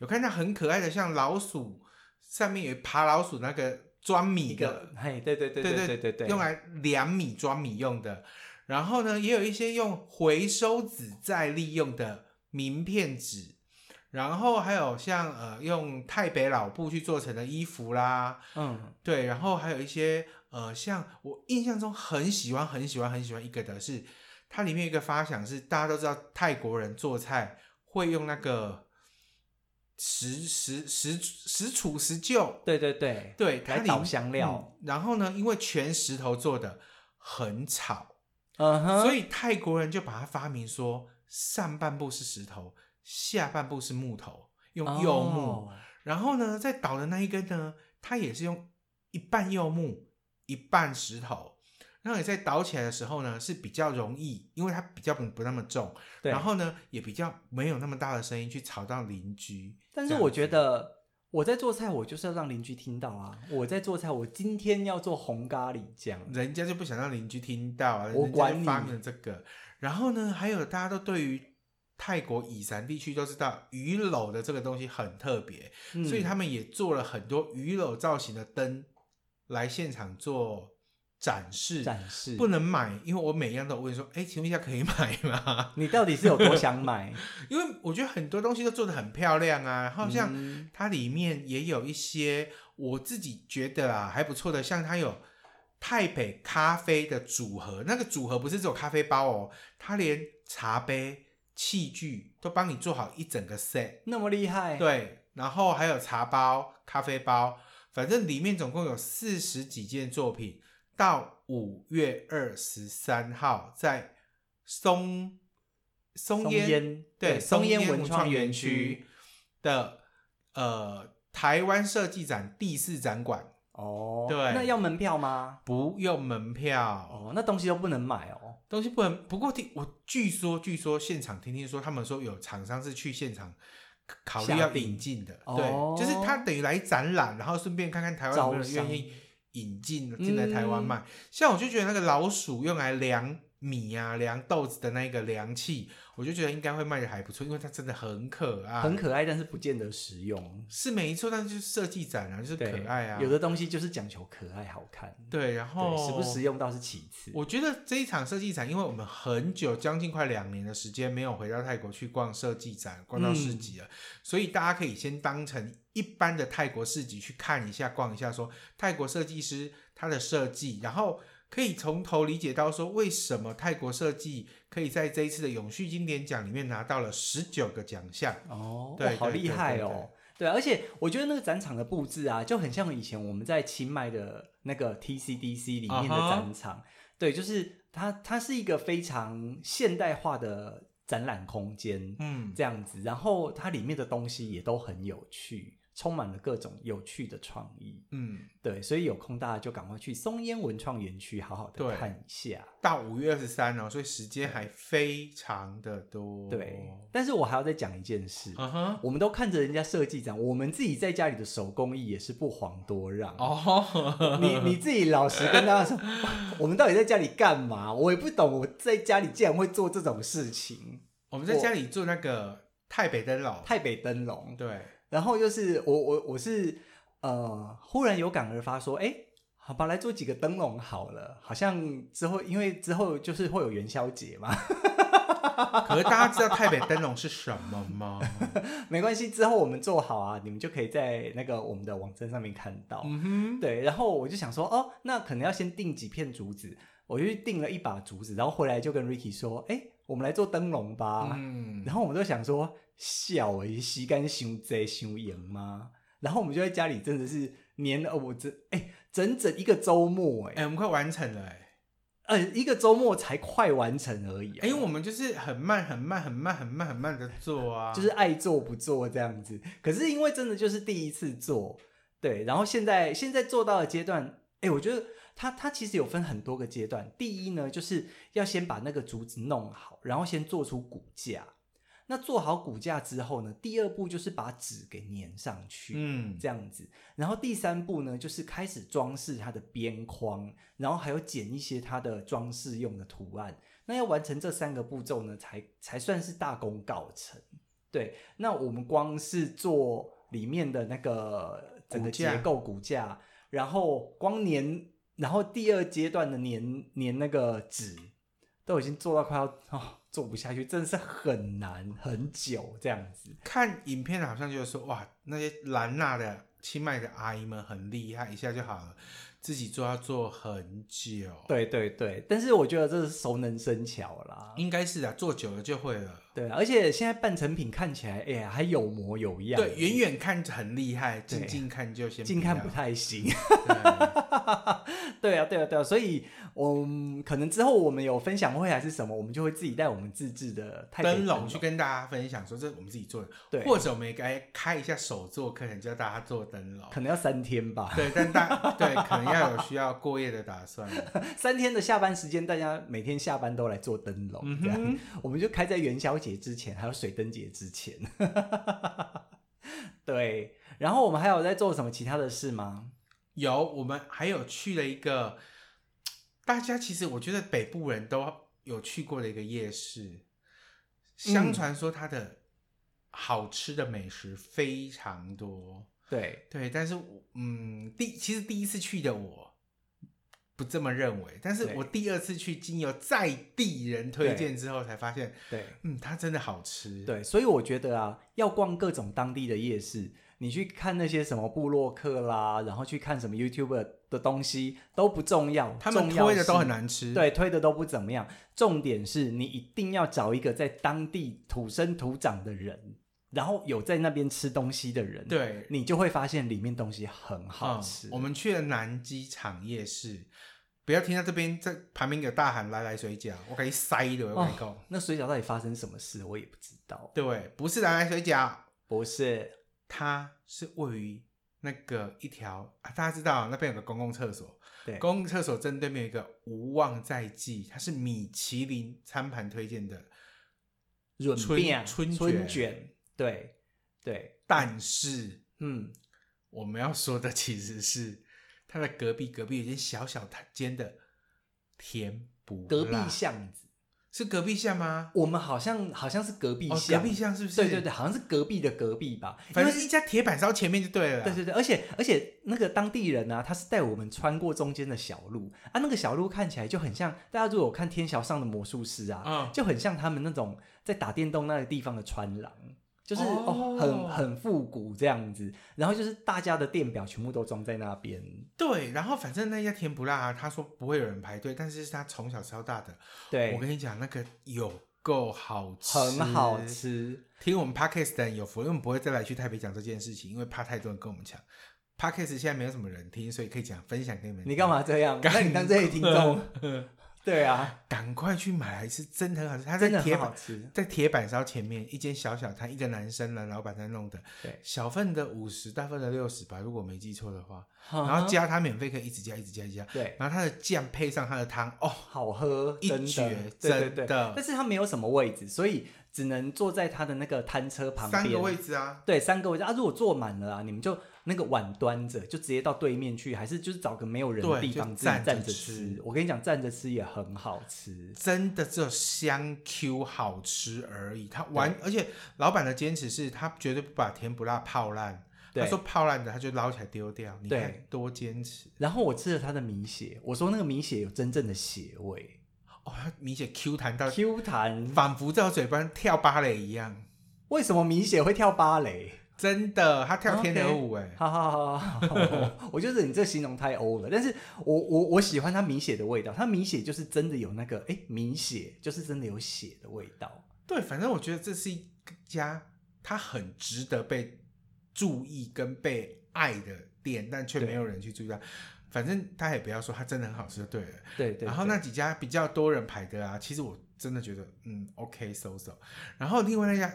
Speaker 4: 有看到很可爱的，像老鼠上面有爬老鼠那个装米
Speaker 3: 一
Speaker 4: 的
Speaker 3: 个，，嘿，对对对对
Speaker 4: 对
Speaker 3: 对对对，
Speaker 4: 用来量米装米用的。然后呢，也有一些用回收纸再利用的名片纸，然后还有像呃用太北老布去做成的衣服啦，
Speaker 3: 嗯，
Speaker 4: 对，然后还有一些呃，像我印象中很喜欢、很喜欢、很喜欢一个的是，它里面有一个发想是大家都知道泰国人做菜会用那个石石石石杵石臼，
Speaker 3: 对对对，
Speaker 4: 对，它
Speaker 3: 来
Speaker 4: 里
Speaker 3: 倒香料
Speaker 4: 嗯。然后呢，因为全石头做的很吵，
Speaker 3: 嗯哼，
Speaker 4: 所
Speaker 3: 以
Speaker 4: 以泰国人就把它发明说上半部是石头，下半部是木头，用柚木。
Speaker 3: 哦
Speaker 4: 然后呢，在倒的那一根呢，它也是用一半柚木，一半石头。然后你在倒起来的时候呢，是比较容易，因为它比较不不那么重，
Speaker 3: 对
Speaker 4: 然后呢也比较没有那么大的声音去吵到邻居。
Speaker 3: 但
Speaker 4: 这
Speaker 3: 是
Speaker 4: 样
Speaker 3: 我
Speaker 4: 子
Speaker 3: 觉得我在做菜，我就是要让邻居听到啊！我在做菜，我今天要做红咖喱酱。
Speaker 4: 人家就不想让邻居听到啊，
Speaker 3: 我
Speaker 4: 人家
Speaker 3: 管
Speaker 4: 就
Speaker 3: 你
Speaker 4: 发明了这个。然后呢，还有大家都对于泰国以南地区都知道鱼篓的这个东西很特别，
Speaker 3: 嗯
Speaker 4: 所以他们也做了很多鱼篓造型的灯来现场做展示。
Speaker 3: 嗯展示
Speaker 4: 不，能买，因为我每样都有问说，哎，请问一下可以买吗？
Speaker 3: 你到底是有多想买？
Speaker 4: 因为我觉得很多东西都做的很漂亮啊，然后像
Speaker 3: 嗯
Speaker 4: 它里面也有一些我自己觉得啊还不错的，像它有泰北咖啡的组合，那个组合不是只有咖啡包哦，它连茶杯、器具都帮你做好一整个 set，
Speaker 3: 那么厉害，，
Speaker 4: 对，然后还有茶包、咖啡包，反正里面总共有四十几件作品。到五月二十三号，在松松
Speaker 3: 松
Speaker 4: 烟
Speaker 3: 烟
Speaker 4: 对
Speaker 3: 对松烟
Speaker 4: 烟
Speaker 3: 文
Speaker 4: 创
Speaker 3: 创园
Speaker 4: 区
Speaker 3: 区
Speaker 4: 的呃台湾设计展第四展馆，
Speaker 3: 哦，
Speaker 4: 对哦
Speaker 3: 那要门票吗？
Speaker 4: 不用门票。
Speaker 3: 哦，那东西都不能买哦，
Speaker 4: 东西不能，不过听我据说，据说现场听听说，他们说有厂商是去现场考虑
Speaker 3: 下
Speaker 4: 要
Speaker 3: 定
Speaker 4: 引进的，
Speaker 3: 哦
Speaker 4: 对，就是他等于来展览，然后顺便看看台湾有没有人
Speaker 3: 招商嗯
Speaker 4: 愿意引进进来台湾卖。像我就觉得那个老鼠用来量米啊、量豆子的那个量器，我就觉得应该会卖的还不错，因为它真的很可爱，
Speaker 3: 很可爱，但是不见得实用。
Speaker 4: 是没错，但是就是设计展啊，就是可
Speaker 3: 对
Speaker 4: 爱啊，
Speaker 3: 有的东西就是讲求可爱好看，
Speaker 4: 对，然后
Speaker 3: 对，实不实用倒是其次。
Speaker 4: 我觉得这一场设计展，因为我们很久，将近快两年的时间没有回到泰国去逛设计展、逛到市
Speaker 3: 嗯
Speaker 4: 集了，所以大家可以先当成一般的泰国市集去看一下、逛一下说泰国设计师他的设计，然后可以从头理解到说为什么泰国设计可以在这一次的永续经典奖里面拿到了十九个奖项。
Speaker 3: 哦，
Speaker 4: 对
Speaker 3: 哇好
Speaker 4: 对
Speaker 3: 厉
Speaker 4: 对
Speaker 3: 害
Speaker 4: 对
Speaker 3: 哦！对，而且我觉得那个展场的布置啊，就很像以前我们在清迈的那个 TCDC 里面的
Speaker 4: 啊哈
Speaker 3: 展场。对，就是它，它是一个非常现代化的展览空间，
Speaker 4: 嗯，
Speaker 3: 这样子。然后它里面的东西也都很有趣，充满了各种有趣的创意。
Speaker 4: 嗯，
Speaker 3: 对，所以有空大家就赶快去松烟文创园区好好的
Speaker 4: 对
Speaker 3: 看一下。
Speaker 4: 到五月二十三哦，所以时间还非常的多。
Speaker 3: 对，但是我还要再讲一件事。
Speaker 4: 嗯哼，
Speaker 3: 我们都看着人家设计展，我们自己在家里的手工艺也是不遑多让。
Speaker 4: 哦，
Speaker 3: 你 你自己老实跟大家说， 我们到底在家里干嘛？我也不懂，我在家里竟然会做这种事情。
Speaker 4: 我们在家里做那个太北灯笼，
Speaker 3: 太北灯笼，
Speaker 4: 对，
Speaker 3: 然后就是我我我是呃，忽然有感而发说，哎，好吧，来做几个灯笼好了。好像之后因为之后就是会有元宵节嘛，
Speaker 4: 可是大家知道太北灯笼是什么吗？
Speaker 3: 没关系，之后我们做好啊，你们就可以在那个我们的网站上面看到。
Speaker 4: 嗯哼，
Speaker 3: 对，然后我就想说，哦，那可能要先订几片竹子，我就去订了一把竹子，然后回来就跟 Ricky 说，哎，我们来做灯笼吧。
Speaker 4: 嗯，
Speaker 3: 啊 然后我们都想说，小诶，吸干修贼修盐吗？然后我们就在家里真的是黏了我整哎整整一个周末
Speaker 4: 哎、
Speaker 3: 哎，
Speaker 4: 我们快完成了、哎，
Speaker 3: 呃一个周末才快完成而已、啊
Speaker 4: 哎、我们就是很慢、很慢、很慢、很慢、很慢的做啊，
Speaker 3: 就是爱做不做这样子。可是因为真的就是第一次做，对，然后现在现在做到的阶段，哎，我觉得它它其实有分很多个阶段。第一呢，就是要先把那个竹子弄好，然后先做出骨架。那做好骨架之后呢，第二步就是把纸给粘上去。
Speaker 4: 嗯，
Speaker 3: 这样子，然后第三步呢，就是开始装饰它的边框，然后还有剪一些它的装饰用的图案。那要完成这三个步骤呢，才才算是大功告成。对，那我们光是做里面的那个整个
Speaker 4: 骨架
Speaker 3: 结构骨架，然后光粘，然后第二阶段的粘粘那个纸，都已经做到快要哦做不下去，真的是很难很久这样子。
Speaker 4: 看影片好像就是说，哇，那些兰纳的清迈的阿姨们很厉害，一下就好了，自己做要做很久，，
Speaker 3: 对对对，但是我觉得这是熟能生巧啦。
Speaker 4: 应该是啊，做久了就会了。
Speaker 3: 对，啊而且现在半成品看起来，哎、呀，还有模有样。
Speaker 4: 对，远远看很厉害，近
Speaker 3: 对
Speaker 4: 近看就先
Speaker 3: 近看
Speaker 4: 要
Speaker 3: 不。太行。
Speaker 4: 对
Speaker 3: 对啊，对啊，对啊，所以，嗯，可能之后我们有分享会还是什么，我们就会自己带我们自制的泰北
Speaker 4: 灯笼去跟大家分享说，这是我们自己做的，
Speaker 3: 对
Speaker 4: 或者我们也该开一下手作课程，教大家做灯笼。
Speaker 3: 可能要三天吧，
Speaker 4: 对，但大 对可能要有需要过夜的打算。
Speaker 3: 三天的下班时间，大家每天下班都来做灯笼，
Speaker 4: 嗯
Speaker 3: 这样
Speaker 4: 哼，
Speaker 3: 我们就开在元宵节之前，还有水灯节之前。 对，然后我们还有在做什么其他的事吗？
Speaker 4: 有我们还有去了一个，大家其实我觉得北部人都有去过的一个夜市，相
Speaker 3: 嗯
Speaker 4: 传说它的好吃的美食非常多。
Speaker 3: 对，
Speaker 4: 对，但是我嗯，第其实第一次去的我不不这么认为，但是
Speaker 3: 对
Speaker 4: 我第二次去经由在地人推荐之后，才发现，
Speaker 3: 对
Speaker 4: 嗯，它真的好吃。，
Speaker 3: 对，所以我觉得啊，要逛各种当地的夜市，你去看那些什么部落客啦，然后去看什么 YouTube 的东西都不重要，
Speaker 4: 他们
Speaker 3: 重要
Speaker 4: 推的都
Speaker 3: 是
Speaker 4: 很难吃。
Speaker 3: 对，推的都不怎么样。重点是你一定要找一个在当地土生土长的人，然后有在那边吃东西的人，，
Speaker 4: 对，
Speaker 3: 你就会发现里面东西很好
Speaker 4: 嗯
Speaker 3: 吃。
Speaker 4: 我们去了南机场夜市，不要听到这边在旁边有大喊“来来水饺”，我给你塞的，我跟你讲，
Speaker 3: 那水饺到底发生什么事，我也不知道。
Speaker 4: 对，不是来来水饺，
Speaker 3: 不是，
Speaker 4: 它是位于那个一条啊，大家知道那边有个公共厕所，
Speaker 3: 对，
Speaker 4: 公共厕所正对面有一个无望在即，它是米其林餐盘推荐的，
Speaker 3: 润
Speaker 4: 春
Speaker 3: 饼、
Speaker 4: 春
Speaker 3: 春
Speaker 4: 卷
Speaker 3: 卷，对对，
Speaker 4: 但是
Speaker 3: 嗯，
Speaker 4: 我们要说的其实是它的隔壁，隔壁有一间小小间的甜不
Speaker 3: 隔壁
Speaker 4: 辣
Speaker 3: 巷子，
Speaker 4: 是隔壁巷吗？
Speaker 3: 我们好像好像是隔壁
Speaker 4: 哦，
Speaker 3: 巷，
Speaker 4: 隔壁巷是不是？
Speaker 3: 对对对，，好像是隔壁的隔壁吧，因
Speaker 4: 反
Speaker 3: 为
Speaker 4: 正一啊家铁板烧前面就对了。
Speaker 3: 对对对，而且而且那个当地人啊，他是带我们穿过中间的小路啊，那个小路看起来就很像大家如果有看《天桥上的魔术师》啊，
Speaker 4: 嗯
Speaker 3: 就很像他们那种在打电动那个地方的穿廊，就是哦
Speaker 4: 哦
Speaker 3: 很很复古这样子。然后就是大家的电表全部都装在那边，
Speaker 4: 对，然后反正那家甜不辣、啊，他说不会有人排队，但是是他从小吃到大的。
Speaker 3: 对
Speaker 4: 我，跟你讲，那个有够好吃，
Speaker 3: 哎很好。吃。
Speaker 4: 听我们 podcast 的人有福，因为我们不会再来去台北讲这件事情，因为怕太多人跟我们抢。podcast 现在没有什么人听，所以可以讲分享给你们。
Speaker 3: 你干？嘛这样？
Speaker 4: 赶
Speaker 3: 那 你当这些听众，
Speaker 4: 嗯
Speaker 3: 对啊，
Speaker 4: 赶快去买来吃，真的很好吃。它
Speaker 3: 真
Speaker 4: 在
Speaker 3: 的
Speaker 4: 铁
Speaker 3: 很好
Speaker 4: 板
Speaker 3: 吃。
Speaker 4: 在铁板烧前面一间小小摊，一个男生呢，老板在弄的，
Speaker 3: 对，
Speaker 4: 小份的五十，大份的六十吧，如果我没记错的话。然
Speaker 3: 然
Speaker 4: 后加它免费可以一直加，一直加，一直加。
Speaker 3: 对，
Speaker 4: 然后它的酱配上它的汤，哦，
Speaker 3: 好喝，
Speaker 4: 一
Speaker 3: 真的
Speaker 4: 绝
Speaker 3: 对对对
Speaker 4: 真的
Speaker 3: 但是它没有什么位置，所以只能坐在他的那个摊车旁边。
Speaker 4: 三个位置啊，
Speaker 3: 对，三个位置啊！如果坐满了啊，你们就那个碗端着，就直接到对面去，还是就是找个没有人的
Speaker 4: 对
Speaker 3: 地
Speaker 4: 就
Speaker 3: 方自己
Speaker 4: 站着
Speaker 3: 站着
Speaker 4: 吃
Speaker 3: 吃。我跟你讲，站着吃也很好吃。
Speaker 4: 真的只有香 Q 好吃而已。他完，而且老板的坚持是他绝对不把甜不辣泡烂。
Speaker 3: 对
Speaker 4: 他说泡烂的他就捞起来丢掉，你看
Speaker 3: 对
Speaker 4: 多坚持
Speaker 3: 然后我吃了他的米血，我说那个米血有真正的血味
Speaker 4: 哦！他米血 Q 弹到，
Speaker 3: ，Q 弹。
Speaker 4: 仿佛在我嘴巴跳芭蕾一样，
Speaker 3: 为什么米血会跳芭蕾？
Speaker 4: 真的，他跳天鹅舞哎、
Speaker 3: 哈哈哈哈哈哈！我觉得你这形容太欧了，但是我我我喜欢它米血的味道，它米血就是真的有那个哎、诶米血就是真的有血的味道。
Speaker 4: 对，反正我觉得这是一家他很值得被注意跟被爱的店，但却
Speaker 3: 对
Speaker 4: 没有人去注意它。反正他也不要说它真的很好吃就对了。
Speaker 3: 对对
Speaker 4: 然后那？几家比较多人排的啊，其实我真的觉得，嗯，OK so so。然后另外那家，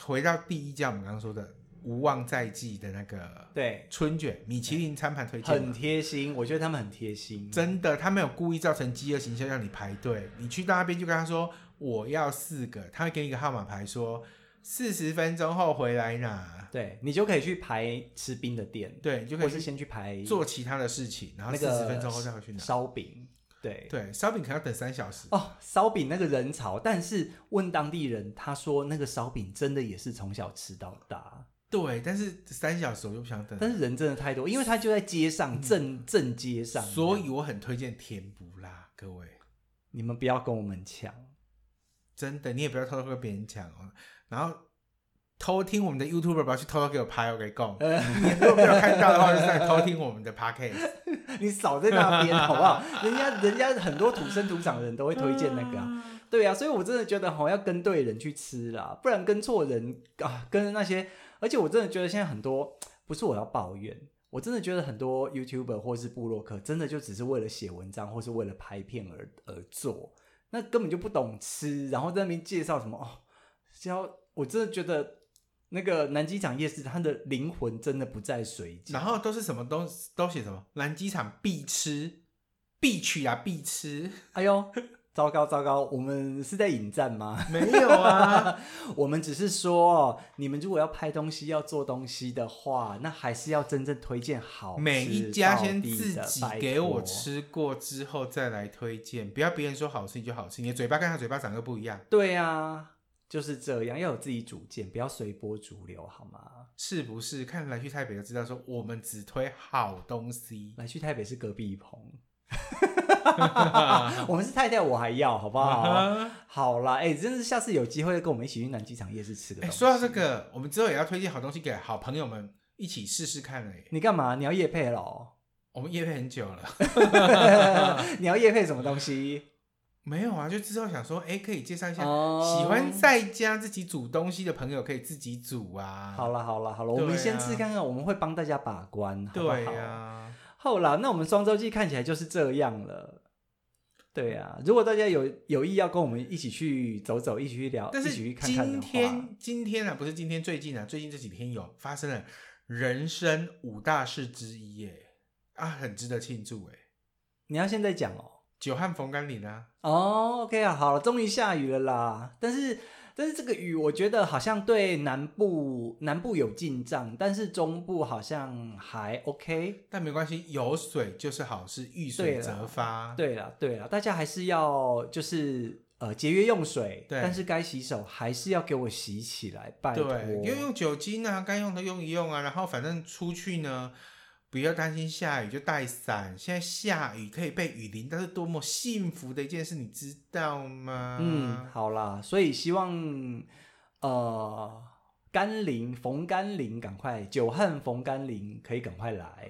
Speaker 4: 回到第一家我们刚刚说的无望在即的那个
Speaker 3: 对
Speaker 4: 春卷，米其林餐盘推
Speaker 3: 对，
Speaker 4: 荐
Speaker 3: 很
Speaker 4: 嘛，
Speaker 3: 贴心，我觉得他们很贴心。
Speaker 4: 真的，他没有故意造成饥饿形象让你排队，你去到那边就跟他说我要四个，他会给你一个号码牌说四十分钟后回来拿，
Speaker 3: 对你就可以去排吃冰的店，，
Speaker 4: 对，你就可
Speaker 3: 或是
Speaker 4: 以去
Speaker 3: 先去排
Speaker 4: 做其他的事情，然后
Speaker 3: 那
Speaker 4: 四十
Speaker 3: 个
Speaker 4: 分钟后再回去拿。
Speaker 3: 烧饼，对
Speaker 4: 对，烧饼可能要等三小时。
Speaker 3: 哦，烧饼那个人潮，但是问当地人，他说那个烧饼真的也是从小吃到大，
Speaker 4: 对，但是三小时我就不想等了。
Speaker 3: 但是人真的太多，因为他就在街上正正街上，
Speaker 4: 嗯所以我很推荐甜不辣，各位，
Speaker 3: 你们不要跟我们抢，
Speaker 4: 真的，你也不要偷偷跟别人讲哦。然后偷听我们的 YouTuber，不要去偷偷给我拍，我给你讲。
Speaker 3: 呃
Speaker 4: 你如果没有看到的话，就是在偷听我 们的 Podcast。
Speaker 3: 你少在那边好不好？人家人家很多土生土长的人都会推荐那个、啊，对啊，所以我真的觉得吼要跟对人去吃啦，不然跟错人啊，跟那些，而且我真的觉得现在很多不是我要抱怨。我真的觉得很多 YouTuber 或是部落客，真的就只是为了写文章或是为了拍片而而做，那根本就不懂吃，然后在那边介绍什么哦，教我真的觉得那个南机场夜市，它的灵魂真的不在水饺。
Speaker 4: 然后都是什么东都写什么，南机场必吃，必取啊，必吃。
Speaker 3: 哎呦，糟糕糟糕，我们是在引战吗？
Speaker 4: 没有啊，
Speaker 3: 我们只是说，哦你们如果要拍东西、要做东西的话，那还是要真正推荐好吃
Speaker 4: 每一家
Speaker 3: 到
Speaker 4: 先
Speaker 3: 地
Speaker 4: 自
Speaker 3: 的
Speaker 4: 己
Speaker 3: 拜
Speaker 4: 给我
Speaker 3: 托
Speaker 4: 吃过之后再来推荐，不要别人说好吃你就好吃，你的嘴巴跟他嘴巴长得不一样，
Speaker 3: 对啊，就是这样，要有自己主见，不要随波逐流，好吗？
Speaker 4: 是不是？看来 去台北就知道，说我们只推好东西。
Speaker 3: 来去台北是隔壁棚，
Speaker 4: 啊
Speaker 3: 啊我们是太太，我还要，好不好？好啦，哎、真是下次有机会跟我们一起去南机场夜市吃个
Speaker 4: 哎、
Speaker 3: 东西。
Speaker 4: 说到这个，我们之后也要推荐好东西给好朋友们一起试试看哎、
Speaker 3: 你干嘛？你要夜配 咯？
Speaker 4: 我们夜配很久了，
Speaker 3: 你要夜配什么东西？
Speaker 4: 没有啊，就之后想说，哎、可以介绍一下、
Speaker 3: 哦
Speaker 4: 喜欢在家自己煮东西的朋友可以自己煮啊。
Speaker 3: 好
Speaker 4: 了，
Speaker 3: 了好了好了，我
Speaker 4: 对
Speaker 3: 们
Speaker 4: 啊
Speaker 3: 先吃看看，我们会帮大家把关，好不好？
Speaker 4: 对呀、啊，
Speaker 3: 好啦，那我们双周记看起来就是这样了。对呀、如果大家有有意要跟我们一起去走走，一起去聊，
Speaker 4: 但
Speaker 3: 一
Speaker 4: 是
Speaker 3: 起去
Speaker 4: 今
Speaker 3: 看看的
Speaker 4: 天
Speaker 3: 话，
Speaker 4: 今天啊，不是今天，最近啊，最近这几天有发生了人生五大事之一耶，啊，很值得庆祝哎，
Speaker 3: 你要现在讲哦。
Speaker 4: 久旱逢甘霖啊，
Speaker 3: 哦，OK 啊，好了，终于下雨了啦。但是，但是这个雨，我觉得好像对南部南部有进账，但是中部好像还 OK。
Speaker 4: 但没关系，有水就是好事，遇水
Speaker 3: 对啦
Speaker 4: 则发。
Speaker 3: 对啦，对啦，大家还是要就是呃节约用水，
Speaker 4: 对
Speaker 3: 但是该洗手还是要给我洗起来，拜托。
Speaker 4: 对，因为用酒精啊，该用的用一用啊，然后反正出去呢，不要担心下雨，就带伞。现在下雨可以被雨淋，但是多么幸福的一件事，你知道吗？
Speaker 3: 嗯，，好啦，所以希望呃甘霖逢甘霖赶快，久旱逢甘霖可以赶快来，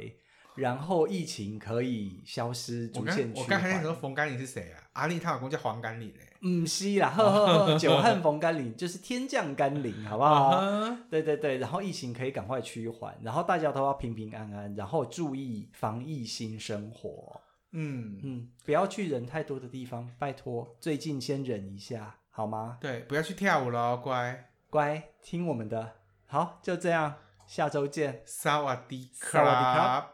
Speaker 3: 然后疫情可以消失，
Speaker 4: 我
Speaker 3: 逐
Speaker 4: 刚
Speaker 3: 渐
Speaker 4: 我
Speaker 3: 趋
Speaker 4: 刚才那
Speaker 3: 缓
Speaker 4: 时。候冯甘霖是谁啊？阿丽她老公叫黄甘霖欸嘞、
Speaker 3: 嗯，是啦，呵呵 呵，久旱逢甘霖就是天降甘霖，好不好？
Speaker 4: 啊
Speaker 3: 对对对，然后疫情可以赶快趋缓，然后大家都要平平安安，然后注意防疫新生活。
Speaker 4: 嗯，
Speaker 3: 嗯，不要去人太多的地方，拜托，最近先忍一下，好吗？
Speaker 4: 对，不要去跳舞了，乖。
Speaker 3: 乖，听我们的。好，就这样，下周见。
Speaker 4: 萨瓦迪
Speaker 3: 萨瓦迪
Speaker 4: 卡
Speaker 3: 卡。